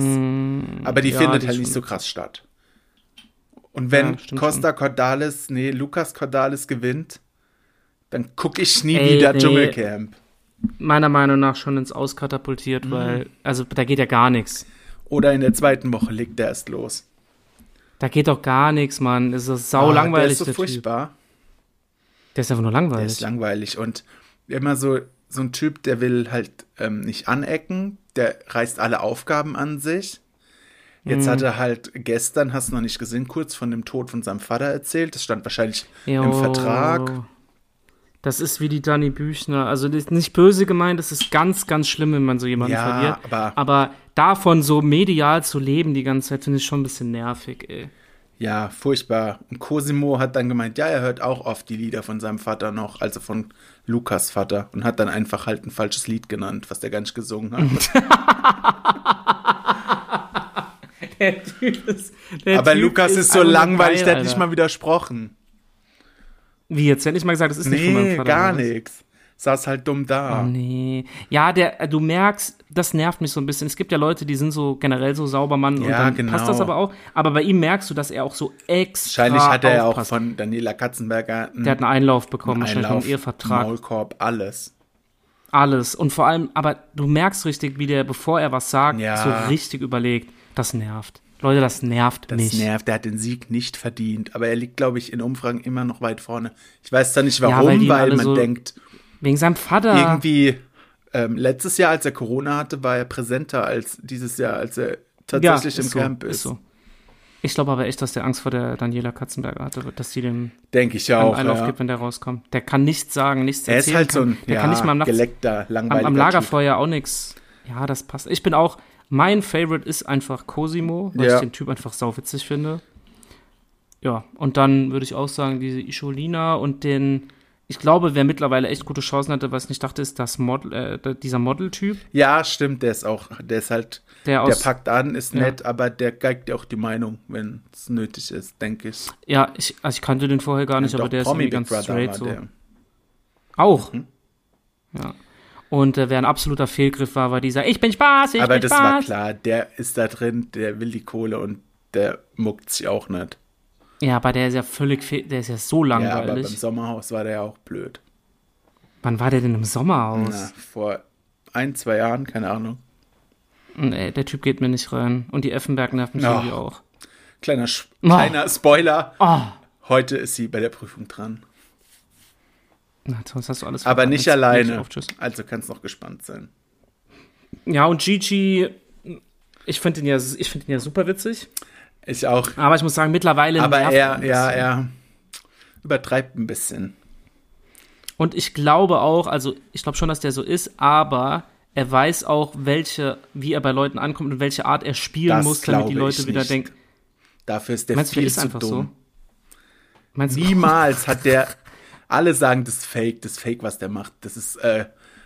[SPEAKER 1] Aber die
[SPEAKER 2] Mm, ja,
[SPEAKER 1] findet
[SPEAKER 2] die
[SPEAKER 1] halt
[SPEAKER 2] ist
[SPEAKER 1] nicht
[SPEAKER 2] schon
[SPEAKER 1] so krass statt. Und wenn
[SPEAKER 2] Ja, stimmt
[SPEAKER 1] Costa Cordalis, nee, Lucas Cordalis gewinnt, Dann gucke ich nie
[SPEAKER 2] Ey,
[SPEAKER 1] wieder
[SPEAKER 2] nee.
[SPEAKER 1] Dschungelcamp.
[SPEAKER 2] meiner Meinung nach schon ins
[SPEAKER 1] Mhm.
[SPEAKER 2] Auskatapultiert, weil, also da geht ja gar nichts.
[SPEAKER 1] Oder in der zweiten Woche legt der erst los.
[SPEAKER 2] Da geht doch gar nichts, Mann. Es ist sau
[SPEAKER 1] Ah, Der
[SPEAKER 2] langweilig,
[SPEAKER 1] ist so
[SPEAKER 2] der Typ.
[SPEAKER 1] furchtbar.
[SPEAKER 2] Der ist einfach nur
[SPEAKER 1] Der
[SPEAKER 2] langweilig.
[SPEAKER 1] ist langweilig und immer so, so ein Typ, der will halt ähm, nicht anecken, der reißt alle Aufgaben an sich.
[SPEAKER 2] Mhm.
[SPEAKER 1] Jetzt hat er halt gestern, hast du noch nicht gesehen, kurz von dem Tod von seinem Vater erzählt. Das stand wahrscheinlich im
[SPEAKER 2] Jo.
[SPEAKER 1] Vertrag.
[SPEAKER 2] Das ist wie die Dani Büchner. Also das ist nicht böse gemeint, das ist ganz, ganz schlimm, wenn man so jemanden
[SPEAKER 1] Ja,
[SPEAKER 2] verliert.
[SPEAKER 1] aber-
[SPEAKER 2] davon so medial zu leben die ganze Zeit, finde ich schon ein bisschen nervig, ey.
[SPEAKER 1] Ja, furchtbar. Und Cosimo hat dann gemeint, ja, er hört auch oft die Lieder von seinem Vater noch, also von Lukas Vater. Und hat dann einfach halt ein falsches Lied genannt, was der gar nicht gesungen hat.
[SPEAKER 2] Der Typ ist, der
[SPEAKER 1] Aber
[SPEAKER 2] Typ
[SPEAKER 1] Lukas ist, so
[SPEAKER 2] einfach nur
[SPEAKER 1] langweilig,
[SPEAKER 2] geil,
[SPEAKER 1] der hat nicht
[SPEAKER 2] Alter.
[SPEAKER 1] mal widersprochen.
[SPEAKER 2] Wie jetzt? Der hat nicht mal gesagt, das ist nicht von meinem
[SPEAKER 1] Nee,
[SPEAKER 2] Vater.
[SPEAKER 1] gar
[SPEAKER 2] oder was? Ah.
[SPEAKER 1] nichts. Saß halt dumm da.
[SPEAKER 2] Nee. Ja, der, du merkst, das nervt mich so ein bisschen. Es gibt ja Leute, die sind so generell so sauber, Mann, und
[SPEAKER 1] Ja,
[SPEAKER 2] dann
[SPEAKER 1] genau.
[SPEAKER 2] passt das aber auch. Aber bei ihm merkst du, dass er auch so extra
[SPEAKER 1] Wahrscheinlich hat er ja auch
[SPEAKER 2] aufpasst.
[SPEAKER 1] von Daniela Katzenberger einen
[SPEAKER 2] Der hat einen Einlauf bekommen, wahrscheinlich
[SPEAKER 1] Einlauf,
[SPEAKER 2] vom Ehevertrag.
[SPEAKER 1] Maulkorb, alles.
[SPEAKER 2] Alles. Und vor allem, aber du merkst richtig, wie der, bevor er was sagt,
[SPEAKER 1] Ja.
[SPEAKER 2] so richtig überlegt. Das nervt. Leute, das nervt
[SPEAKER 1] Das
[SPEAKER 2] mich.
[SPEAKER 1] nervt, der hat den Sieg nicht verdient. Aber er liegt, glaube ich, in Umfragen immer noch weit vorne. Ich weiß da nicht warum,
[SPEAKER 2] weil die
[SPEAKER 1] weil,
[SPEAKER 2] ihn alle
[SPEAKER 1] man
[SPEAKER 2] so-
[SPEAKER 1] denkt,
[SPEAKER 2] Wegen seinem Vater.
[SPEAKER 1] irgendwie, ähm, letztes Jahr, als er Corona hatte, war er präsenter als dieses Jahr, als er tatsächlich im
[SPEAKER 2] so,
[SPEAKER 1] Camp ist.
[SPEAKER 2] ist so. Ich glaube aber echt, dass der Angst vor der Daniela Katzenberger hatte, dass sie dem
[SPEAKER 1] Denke ich ja
[SPEAKER 2] einen
[SPEAKER 1] auch.
[SPEAKER 2] Einlauf
[SPEAKER 1] Ja.
[SPEAKER 2] gibt, wenn der rauskommt. Der kann nichts sagen, nichts
[SPEAKER 1] Er ist
[SPEAKER 2] erzählen.
[SPEAKER 1] halt so
[SPEAKER 2] kann,
[SPEAKER 1] ein
[SPEAKER 2] der
[SPEAKER 1] ja,
[SPEAKER 2] kann nicht mal am, Nachts,
[SPEAKER 1] geleckter,
[SPEAKER 2] am,
[SPEAKER 1] langweiliger
[SPEAKER 2] am
[SPEAKER 1] Typ.
[SPEAKER 2] Lagerfeuer auch nichts. Ja, das passt. Ich bin auch, mein Favorite ist einfach Cosimo, weil
[SPEAKER 1] Ja.
[SPEAKER 2] ich den Typ einfach sauwitzig finde. Ja, und dann würde ich auch sagen, diese Ischolina und den, ich glaube, wer mittlerweile echt gute Chancen hatte, was ich nicht dachte, ist das Model, äh, dieser Model-Typ,
[SPEAKER 1] Ja, stimmt, der ist auch, der ist halt,
[SPEAKER 2] der
[SPEAKER 1] der
[SPEAKER 2] aus,
[SPEAKER 1] packt an, ist
[SPEAKER 2] Ja.
[SPEAKER 1] nett, aber der geigt dir auch die Meinung, wenn es nötig ist, denke ich.
[SPEAKER 2] ja, ich, also ich kannte den vorher gar nicht,
[SPEAKER 1] Ja,
[SPEAKER 2] aber
[SPEAKER 1] doch,
[SPEAKER 2] der ist
[SPEAKER 1] Promi
[SPEAKER 2] irgendwie
[SPEAKER 1] Big
[SPEAKER 2] ganz
[SPEAKER 1] Brother
[SPEAKER 2] straight
[SPEAKER 1] war
[SPEAKER 2] so.
[SPEAKER 1] der. Mhm.
[SPEAKER 2] Auch. Ja. Und äh, wer ein absoluter Fehlgriff war, war dieser Ich bin Spaß, ich
[SPEAKER 1] Aber
[SPEAKER 2] bin
[SPEAKER 1] das
[SPEAKER 2] Spaß.
[SPEAKER 1] war klar, der ist da drin, der will die Kohle und der muckt sich auch nicht.
[SPEAKER 2] Ja, aber der ist ja völlig fehl, der ist ja so
[SPEAKER 1] Ja, aber beim
[SPEAKER 2] langweilig.
[SPEAKER 1] Sommerhaus war der ja auch blöd.
[SPEAKER 2] Wann war der denn im
[SPEAKER 1] Na,
[SPEAKER 2] Sommerhaus?
[SPEAKER 1] vor ein, zwei Jahren, keine Ahnung.
[SPEAKER 2] Nee, äh, der Typ geht mir nicht rein. Und die Effenberg nervt mich
[SPEAKER 1] Ja.
[SPEAKER 2] irgendwie auch.
[SPEAKER 1] Kleiner, Sch
[SPEAKER 2] Oh.
[SPEAKER 1] kleiner Spoiler,
[SPEAKER 2] Oh.
[SPEAKER 1] heute ist sie bei der Prüfung dran.
[SPEAKER 2] Na, sonst hast du alles
[SPEAKER 1] Aber
[SPEAKER 2] verraten.
[SPEAKER 1] nicht
[SPEAKER 2] Jetzt leg
[SPEAKER 1] alleine,
[SPEAKER 2] auf, tschüss.
[SPEAKER 1] also kannst noch gespannt sein.
[SPEAKER 2] ja, und Gigi, ich finde ihn, ja, ich find ihn ja super witzig.
[SPEAKER 1] Ich auch.
[SPEAKER 2] Aber ich muss sagen, mittlerweile
[SPEAKER 1] Aber
[SPEAKER 2] nervt
[SPEAKER 1] er,
[SPEAKER 2] ein
[SPEAKER 1] ja,
[SPEAKER 2] bisschen.
[SPEAKER 1] er übertreibt ein bisschen.
[SPEAKER 2] Und ich glaube auch, also ich glaube schon, dass der so ist, aber er weiß auch, welche, wie er bei Leuten ankommt und welche Art er spielen
[SPEAKER 1] Das
[SPEAKER 2] muss, damit die
[SPEAKER 1] glaube ich
[SPEAKER 2] Leute wieder
[SPEAKER 1] nicht.
[SPEAKER 2] denken.
[SPEAKER 1] Dafür ist der
[SPEAKER 2] Meinst du, der
[SPEAKER 1] viel
[SPEAKER 2] ist
[SPEAKER 1] zu
[SPEAKER 2] einfach
[SPEAKER 1] dumm.
[SPEAKER 2] so? Meinst du,
[SPEAKER 1] Niemals hat der. Alle sagen, das ist Fake, das ist Fake, was der macht. Das ist äh,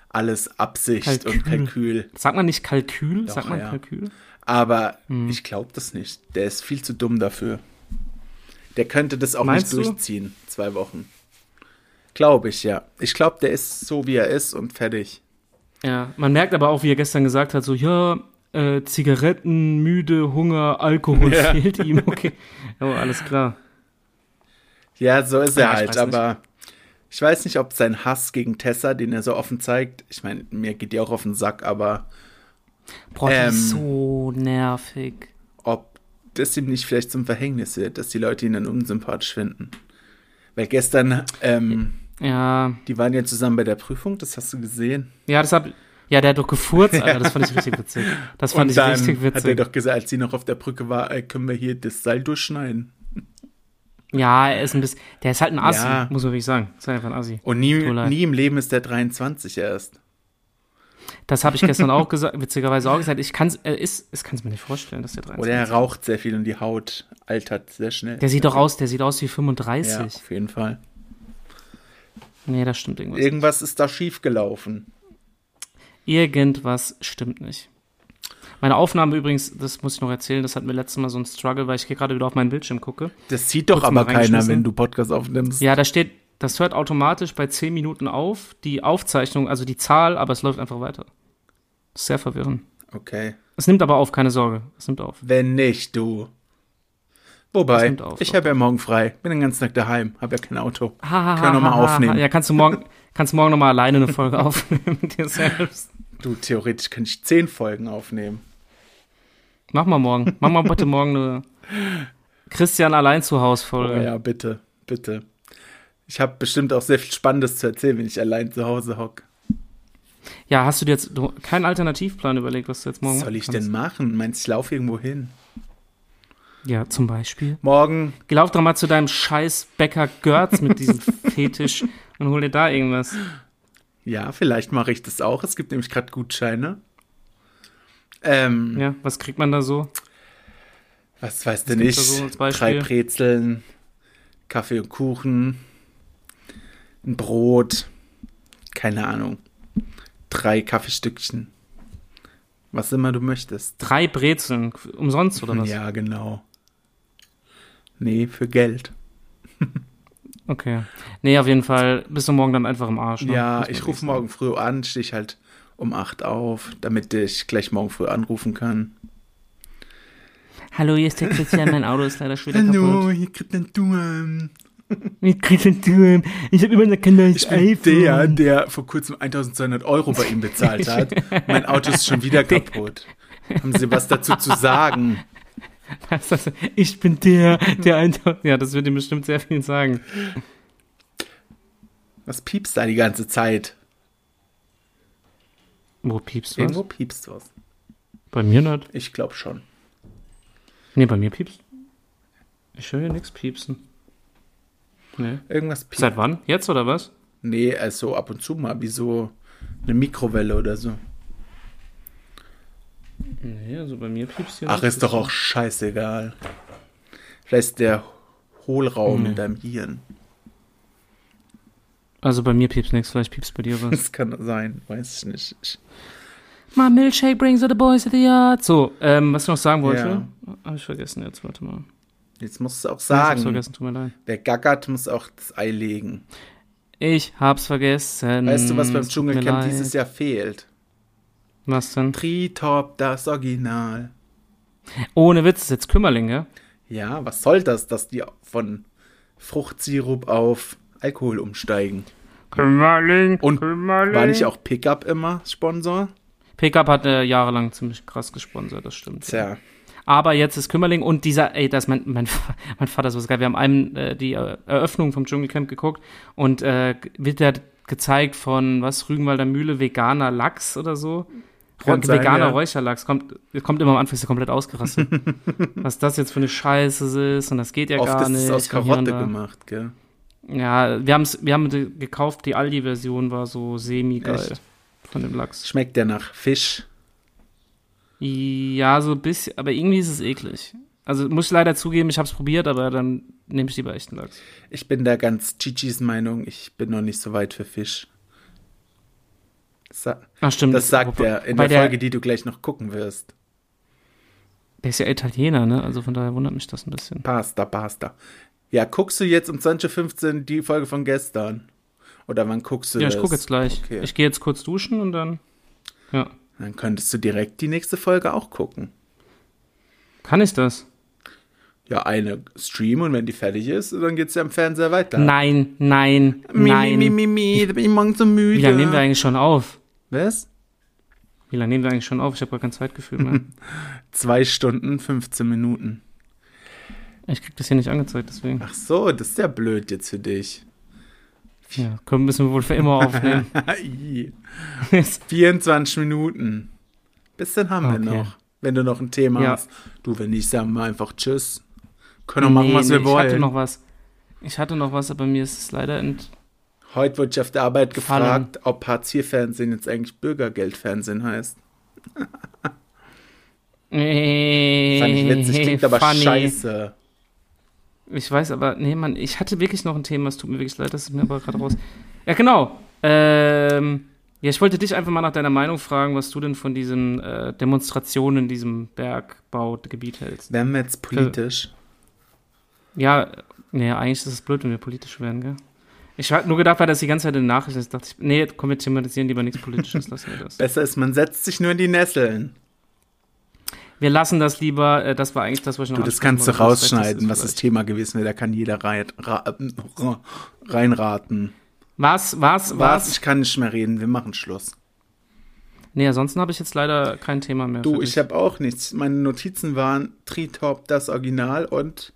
[SPEAKER 1] alles Absicht und Kalkül.
[SPEAKER 2] sagt man nicht Kalkül? sagt man
[SPEAKER 1] ja.
[SPEAKER 2] Kalkül?
[SPEAKER 1] Aber
[SPEAKER 2] Hm.
[SPEAKER 1] ich glaube das nicht. Der ist viel zu dumm dafür. Der könnte das auch
[SPEAKER 2] Meinst du?
[SPEAKER 1] nicht durchziehen, zwei Wochen. Glaube ich, ja. Ich glaube, der ist so, wie er ist und fertig.
[SPEAKER 2] Ja, man merkt aber auch, wie er gestern gesagt hat, so, ja, äh, Zigaretten, müde, Hunger, Alkohol
[SPEAKER 1] Ja.
[SPEAKER 2] fehlt ihm, okay. Oh, alles klar.
[SPEAKER 1] Ja, so ist er
[SPEAKER 2] Ja, ich
[SPEAKER 1] halt,
[SPEAKER 2] weiß nicht.
[SPEAKER 1] aber ich weiß nicht, ob sein Hass gegen Tessa, den er so offen zeigt, ich meine, mir geht die auch auf den Sack, aber
[SPEAKER 2] Boah, die ist
[SPEAKER 1] Ähm.
[SPEAKER 2] so nervig.
[SPEAKER 1] ob das ihm nicht vielleicht zum Verhängnis wird, dass die Leute ihn dann unsympathisch finden. Weil gestern, ähm,
[SPEAKER 2] Ja,
[SPEAKER 1] die waren ja zusammen bei der Prüfung, das hast du gesehen.
[SPEAKER 2] ja, das hab, ja, der hat doch gefurzt, Alter, das fand ich richtig witzig. Das fand
[SPEAKER 1] Und
[SPEAKER 2] ich
[SPEAKER 1] dann
[SPEAKER 2] richtig
[SPEAKER 1] hat er
[SPEAKER 2] witzig.
[SPEAKER 1] doch gesagt, als sie noch auf der Brücke war, äh, können wir hier das Seil durchschneiden.
[SPEAKER 2] Ja, er ist ein bisschen, der ist halt ein Assi,
[SPEAKER 1] Ja.
[SPEAKER 2] muss man wirklich sagen. Ist halt einfach ein Assi.
[SPEAKER 1] Und nie,
[SPEAKER 2] Tut mir leid.
[SPEAKER 1] nie im Leben ist der 23 erst.
[SPEAKER 2] Das habe ich gestern auch gesagt, witzigerweise auch gesagt. Ich kann es ist, ich kann's mir nicht vorstellen, dass der 30
[SPEAKER 1] Oder er raucht sehr viel und die Haut altert sehr schnell.
[SPEAKER 2] Der sieht doch aus, der sieht aus wie
[SPEAKER 1] ja,
[SPEAKER 2] 35.
[SPEAKER 1] auf jeden Fall.
[SPEAKER 2] Nee, das stimmt irgendwas.
[SPEAKER 1] Irgendwas ist da schief gelaufen.
[SPEAKER 2] Irgendwas stimmt nicht. Meine Aufnahme übrigens, das muss ich noch erzählen, das hat mir letztes Mal so ein Struggle, weil ich hier gerade wieder auf meinen Bildschirm gucke.
[SPEAKER 1] Das sieht doch
[SPEAKER 2] Kurz mal
[SPEAKER 1] aber keiner,
[SPEAKER 2] reingeschmissen.
[SPEAKER 1] wenn du Podcast aufnimmst.
[SPEAKER 2] Ja, da steht, das hört automatisch bei 10 Minuten auf, die Aufzeichnung, also die Zahl, aber es läuft einfach weiter. Ist sehr verwirrend.
[SPEAKER 1] Okay.
[SPEAKER 2] Es nimmt aber auf, keine Sorge. Es nimmt auf.
[SPEAKER 1] Wenn nicht, du. Wobei,
[SPEAKER 2] nimmt auf,
[SPEAKER 1] ich habe ja morgen frei, bin den ganzen Tag daheim, habe ja kein Auto.
[SPEAKER 2] Ha, ha,
[SPEAKER 1] Können wir
[SPEAKER 2] ha,
[SPEAKER 1] mal
[SPEAKER 2] ha, ha,
[SPEAKER 1] aufnehmen.
[SPEAKER 2] ha. Ja, kannst du morgen, kannst morgen nochmal alleine eine Folge aufnehmen mit dir selbst.
[SPEAKER 1] Du, theoretisch könnte ich zehn Folgen aufnehmen.
[SPEAKER 2] Mach mal morgen. Mach mal bitte morgen eine Christian allein zu Haus
[SPEAKER 1] Oh
[SPEAKER 2] Folge.
[SPEAKER 1] ja, bitte, bitte. Ich habe bestimmt auch sehr viel Spannendes zu erzählen, wenn ich allein zu Hause hocke.
[SPEAKER 2] ja. hast du dir jetzt du, keinen Alternativplan überlegt, was du jetzt morgen
[SPEAKER 1] Was soll ich
[SPEAKER 2] kannst?
[SPEAKER 1] denn machen? Meinst du, ich laufe irgendwo hin?
[SPEAKER 2] Ja, zum Beispiel.
[SPEAKER 1] Morgen,
[SPEAKER 2] Lauf doch mal zu deinem scheiß Bäcker Görz mit diesem Fetisch und hol dir da irgendwas.
[SPEAKER 1] ja, vielleicht mache ich das auch. Es gibt nämlich gerade Gutscheine. Ähm,
[SPEAKER 2] Ja, was kriegt man da so?
[SPEAKER 1] was weiß denn ich?
[SPEAKER 2] gibt's da so als Beispiel?
[SPEAKER 1] Drei Brezeln, Kaffee und Kuchen, ein Brot, keine Ahnung. Drei Kaffeestückchen. Was immer du möchtest.
[SPEAKER 2] Drei Brezeln. Umsonst oder was?
[SPEAKER 1] Ja, genau. Nee, für Geld.
[SPEAKER 2] Okay. Nee, auf jeden Fall bist du morgen dann einfach im Arsch. Ne? Muss
[SPEAKER 1] Ja,
[SPEAKER 2] man
[SPEAKER 1] ich
[SPEAKER 2] wirklich
[SPEAKER 1] rufe
[SPEAKER 2] sagen.
[SPEAKER 1] morgen früh an, stehe ich halt um 8 auf, damit ich gleich morgen früh anrufen kann.
[SPEAKER 2] Hallo, hier ist der Christian, mein Auto ist leider schon wieder kaputt.
[SPEAKER 1] hier kriegt ein Duam.
[SPEAKER 2] Mit Christian Turm. Ich habe immer noch kein neues
[SPEAKER 1] Ich bin der, der vor kurzem 1200 Euro bei ihm bezahlt hat. mein Auto ist schon wieder kaputt. Haben Sie was dazu zu sagen?
[SPEAKER 2] Was ist das? Ich bin der, der Eintau- Ja, das wird ihm bestimmt sehr viel sagen.
[SPEAKER 1] Was piepst da die ganze Zeit?
[SPEAKER 2] Wo piepst du?
[SPEAKER 1] Irgendwo
[SPEAKER 2] Was?
[SPEAKER 1] piepst was.
[SPEAKER 2] Bei mir nicht.
[SPEAKER 1] Ich glaube schon.
[SPEAKER 2] Nee, bei mir piepst. Ich höre hier nichts piepsen. Nee.
[SPEAKER 1] Irgendwas
[SPEAKER 2] Seit
[SPEAKER 1] piepst.
[SPEAKER 2] wann? Jetzt oder was?
[SPEAKER 1] Nee, also ab und zu mal, wie so eine Mikrowelle oder so.
[SPEAKER 2] Nee, also bei mir piepst hier
[SPEAKER 1] Ach, ist doch auch scheißegal. Vielleicht ist der
[SPEAKER 2] Hm.
[SPEAKER 1] Hohlraum in deinem Hirn.
[SPEAKER 2] Also bei mir piepst nichts, vielleicht piepst bei dir was.
[SPEAKER 1] Das kann sein, weiß ich nicht. Ich,
[SPEAKER 2] My milkshake brings the boys to the yard. So, ähm, was ich noch sagen wollte, habe ich vergessen jetzt, warte mal.
[SPEAKER 1] jetzt musst du auch
[SPEAKER 2] Ich hab's
[SPEAKER 1] sagen,
[SPEAKER 2] vergessen, tut mir leid.
[SPEAKER 1] wer gackert, muss auch das Ei legen.
[SPEAKER 2] Ich hab's vergessen.
[SPEAKER 1] Weißt du, was beim
[SPEAKER 2] Mm, Es tut mir
[SPEAKER 1] Dschungelcamp
[SPEAKER 2] leid.
[SPEAKER 1] dieses Jahr fehlt?
[SPEAKER 2] Was denn?
[SPEAKER 1] Tri-Top, das Original.
[SPEAKER 2] Ohne Witz, ist jetzt Kümmerling, ja?
[SPEAKER 1] Ja, was soll das, dass die von Fruchtsirup auf Alkohol umsteigen?
[SPEAKER 2] Kümmerling,
[SPEAKER 1] Und
[SPEAKER 2] Kümmerling.
[SPEAKER 1] War nicht auch Pickup immer Sponsor?
[SPEAKER 2] Pickup hat äh, jahrelang ziemlich krass gesponsert, das stimmt.
[SPEAKER 1] Tja,
[SPEAKER 2] Aber jetzt ist Kümmerling und dieser, ey, das ist mein, mein, mein Vater ist so geil. Wir haben einem äh, die äh, Eröffnung vom Dschungelcamp geguckt und äh, wird da gezeigt von, was, Rügenwalder Mühle, veganer Lachs oder so.
[SPEAKER 1] Kann
[SPEAKER 2] Räu-
[SPEAKER 1] sein,
[SPEAKER 2] veganer
[SPEAKER 1] ja.
[SPEAKER 2] Räucherlachs kommt, kommt immer am Anfang ist er komplett ausgerastet. was das jetzt für eine Scheiße ist und das geht ja
[SPEAKER 1] oft
[SPEAKER 2] gar
[SPEAKER 1] ist
[SPEAKER 2] nicht.
[SPEAKER 1] es aus
[SPEAKER 2] und hier und
[SPEAKER 1] Karotte
[SPEAKER 2] da.
[SPEAKER 1] gemacht, gell?
[SPEAKER 2] Ja, wir, haben's, wir haben die gekauft, die Aldi-Version war so semi-geil
[SPEAKER 1] Echt?
[SPEAKER 2] von dem Lachs.
[SPEAKER 1] Schmeckt der nach Fisch?
[SPEAKER 2] Ja, so ein bisschen, aber irgendwie ist es eklig. Also muss ich leider zugeben, ich habe es probiert, aber dann nehme ich lieber echten Lachs.
[SPEAKER 1] Ich bin da ganz Chichis Meinung, ich bin noch nicht so weit für Fisch. Sa
[SPEAKER 2] Ach stimmt.
[SPEAKER 1] das sagt er in
[SPEAKER 2] wobei
[SPEAKER 1] der Folge, die du gleich noch gucken wirst.
[SPEAKER 2] Der ist ja Italiener, ne? Also von daher wundert mich das ein bisschen.
[SPEAKER 1] Pasta, Pasta. Ja, guckst du jetzt um 20.15 Uhr die Folge von gestern? Oder wann guckst du
[SPEAKER 2] Ja,
[SPEAKER 1] das?
[SPEAKER 2] ich gucke jetzt gleich.
[SPEAKER 1] Okay.
[SPEAKER 2] Ich gehe jetzt kurz duschen und dann. Ja.
[SPEAKER 1] Dann könntest du direkt die nächste Folge auch gucken.
[SPEAKER 2] Kann ich das?
[SPEAKER 1] Ja, eine streamen und wenn die fertig ist, dann geht's ja am Fernseher weiter.
[SPEAKER 2] Nein, nein,
[SPEAKER 1] Äh. Mi,
[SPEAKER 2] nein.
[SPEAKER 1] mi, mi, mi, mi, da bin ich morgen so müde.
[SPEAKER 2] Wie lange nehmen wir eigentlich schon auf?
[SPEAKER 1] Was?
[SPEAKER 2] Wie lange nehmen wir eigentlich schon auf? Ich habe gar kein Zeitgefühl mehr.
[SPEAKER 1] Zwei Stunden, 15 Minuten.
[SPEAKER 2] ich krieg das hier nicht angezeigt, deswegen.
[SPEAKER 1] Ach so, das ist ja blöd jetzt für dich.
[SPEAKER 2] Ja, können müssen wir wohl für immer aufnehmen.
[SPEAKER 1] Ih. 24 Minuten. Bisschen haben wir
[SPEAKER 2] Okay.
[SPEAKER 1] noch, wenn du noch ein Thema
[SPEAKER 2] Ja.
[SPEAKER 1] hast. Du, wenn nicht, sagen wir einfach Tschüss. Können wir machen, was wir
[SPEAKER 2] Ich hatte
[SPEAKER 1] wollen.
[SPEAKER 2] noch was. Ich hatte noch was, aber mir ist es leider ent.
[SPEAKER 1] Heute wurde ich auf der Arbeit
[SPEAKER 2] Gefallen.
[SPEAKER 1] gefragt, ob Hartz-IV-Fernsehen jetzt eigentlich Bürgergeldfernsehen heißt. Fand ich witzig, klingt aber
[SPEAKER 2] Äh, Funny.
[SPEAKER 1] scheiße.
[SPEAKER 2] Ich weiß aber, nee, Mann, ich hatte wirklich noch ein Thema, es tut mir wirklich leid, das ist mir aber gerade raus. Ja, genau. Ähm, ja, ich wollte dich einfach mal nach deiner Meinung fragen, was du denn von diesen äh, Demonstrationen in diesem Bergbaugebiet hältst.
[SPEAKER 1] Werden wir jetzt politisch?
[SPEAKER 2] Ja, nee, eigentlich ist es blöd, wenn wir politisch werden, gell? Ich hatte nur gedacht, weil das die ganze Zeit in den Nachrichten ist, dachte ich, nee, komm, wir thematisieren lieber nichts Politisches, lassen wir das.
[SPEAKER 1] Besser ist, man setzt sich nur in die Nesseln.
[SPEAKER 2] wir lassen das lieber. Äh, das war eigentlich das, was ich noch
[SPEAKER 1] Du, das
[SPEAKER 2] ansprechen
[SPEAKER 1] kannst du
[SPEAKER 2] wollte, was das Beste
[SPEAKER 1] rausschneiden,
[SPEAKER 2] ist
[SPEAKER 1] was das
[SPEAKER 2] vielleicht.
[SPEAKER 1] Thema gewesen wäre. Da kann jeder rein, ra, reinraten.
[SPEAKER 2] Was, was,
[SPEAKER 1] Was?
[SPEAKER 2] was?
[SPEAKER 1] Ich kann nicht mehr reden. Wir machen Schluss.
[SPEAKER 2] Nee, ansonsten habe ich jetzt leider kein Thema mehr.
[SPEAKER 1] Du,
[SPEAKER 2] für
[SPEAKER 1] ich
[SPEAKER 2] dich.
[SPEAKER 1] habe auch nichts. Meine Notizen waren Tritop, das Original und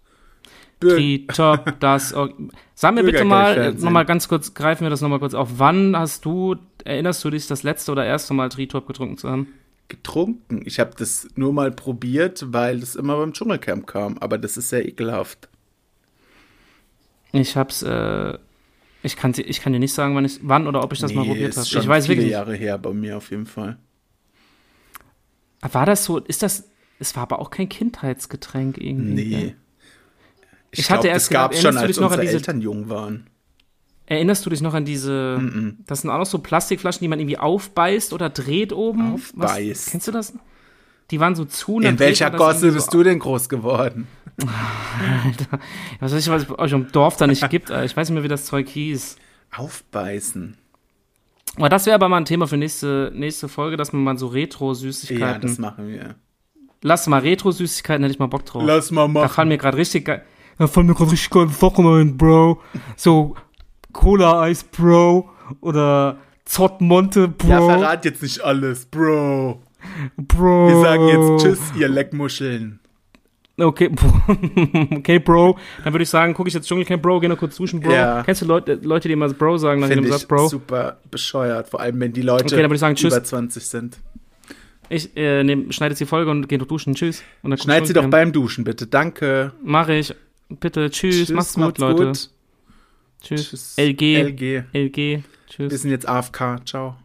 [SPEAKER 1] Bür
[SPEAKER 2] Tri-Top, das. Or- Sag mir bitte mal, äh,
[SPEAKER 1] Bürgergeldfernsehen.
[SPEAKER 2] nochmal ganz kurz, greifen wir das nochmal kurz auf. Wann hast du, erinnerst du dich, das letzte oder erste Mal Tri-Top getrunken zu haben?
[SPEAKER 1] getrunken. Ich habe das nur mal probiert, weil es immer beim Dschungelcamp kam. Aber das ist sehr ekelhaft.
[SPEAKER 2] Ich hab's, äh, ich kann, dir- ich kann dir nicht sagen, wann, ich, wann oder ob ich das mal probiert
[SPEAKER 1] ist
[SPEAKER 2] habe.
[SPEAKER 1] schon
[SPEAKER 2] Ich weiß
[SPEAKER 1] viele
[SPEAKER 2] wirklich
[SPEAKER 1] Jahre her bei mir auf jeden Fall.
[SPEAKER 2] nicht. War das so, ist das, es war aber auch kein Kindheitsgetränk irgendwie. ne?
[SPEAKER 1] Nee.
[SPEAKER 2] gell? Ich hatte erst
[SPEAKER 1] das gab
[SPEAKER 2] gedacht,
[SPEAKER 1] schon,
[SPEAKER 2] erinnerst du
[SPEAKER 1] als
[SPEAKER 2] dich noch an
[SPEAKER 1] unsere
[SPEAKER 2] diese-
[SPEAKER 1] Eltern jung waren.
[SPEAKER 2] Erinnerst du dich noch an diese, das sind auch noch so Plastikflaschen, die man irgendwie aufbeißt oder dreht oben? Was-
[SPEAKER 1] Aufbeißt.
[SPEAKER 2] Kennst du das? Die waren so zu. und dann
[SPEAKER 1] In
[SPEAKER 2] dreht
[SPEAKER 1] welcher
[SPEAKER 2] man das
[SPEAKER 1] Gosse
[SPEAKER 2] irgendwie
[SPEAKER 1] bist
[SPEAKER 2] so
[SPEAKER 1] du denn groß geworden?
[SPEAKER 2] Alter, was weiß ich, was es bei euch im Dorf da nicht gibt. Alter. Ich weiß nicht mehr, wie das Zeug hieß.
[SPEAKER 1] Aufbeißen.
[SPEAKER 2] Aber das wäre aber mal ein Thema für nächste, nächste Folge, dass man mal so
[SPEAKER 1] Ja, das
[SPEAKER 2] Retro-Süßigkeiten.
[SPEAKER 1] machen wir.
[SPEAKER 2] Lass mal Retro-Süßigkeiten, hätte ich mal Bock drauf.
[SPEAKER 1] Lass mal
[SPEAKER 2] da
[SPEAKER 1] machen.
[SPEAKER 2] fallen mir gerade richtig geil.
[SPEAKER 3] Da fallen mir gerade richtig geile Sachen ein, Bro. So Cola-Eis, Bro. Oder Zott Monte, Bro.
[SPEAKER 1] Ja, verrat jetzt nicht alles, Bro.
[SPEAKER 3] Bro.
[SPEAKER 1] Wir sagen
[SPEAKER 2] Oh.
[SPEAKER 1] jetzt Tschüss, ihr Leckmuscheln.
[SPEAKER 2] Okay, Bro. okay, Bro. Dann würde ich sagen, gucke ich jetzt Dschungelcamp, Bro, geh noch kurz duschen, Bro.
[SPEAKER 1] Ja.
[SPEAKER 2] Kennst du Leute, Leute, die immer das Bro sagen nach
[SPEAKER 1] Finde
[SPEAKER 2] jedem
[SPEAKER 1] ich
[SPEAKER 2] Satz, Bro?
[SPEAKER 1] super bescheuert. Vor allem, wenn die Leute
[SPEAKER 2] Okay, dann würde ich sagen, tschüss.
[SPEAKER 1] über 20 sind.
[SPEAKER 2] Ich äh, nehm, schneide jetzt die Folge und geh noch duschen. Tschüss. Und dann guck
[SPEAKER 1] Schneid sie doch
[SPEAKER 2] Dschungelcamp.
[SPEAKER 1] beim Duschen, bitte. Danke.
[SPEAKER 2] Mach ich. Bitte, tschüss. macht's gut, Leute. Tschüss.
[SPEAKER 1] Tschüss.
[SPEAKER 2] LG.
[SPEAKER 1] LG.
[SPEAKER 2] LG. Tschüss.
[SPEAKER 1] Wir sind jetzt AFK. Ciao.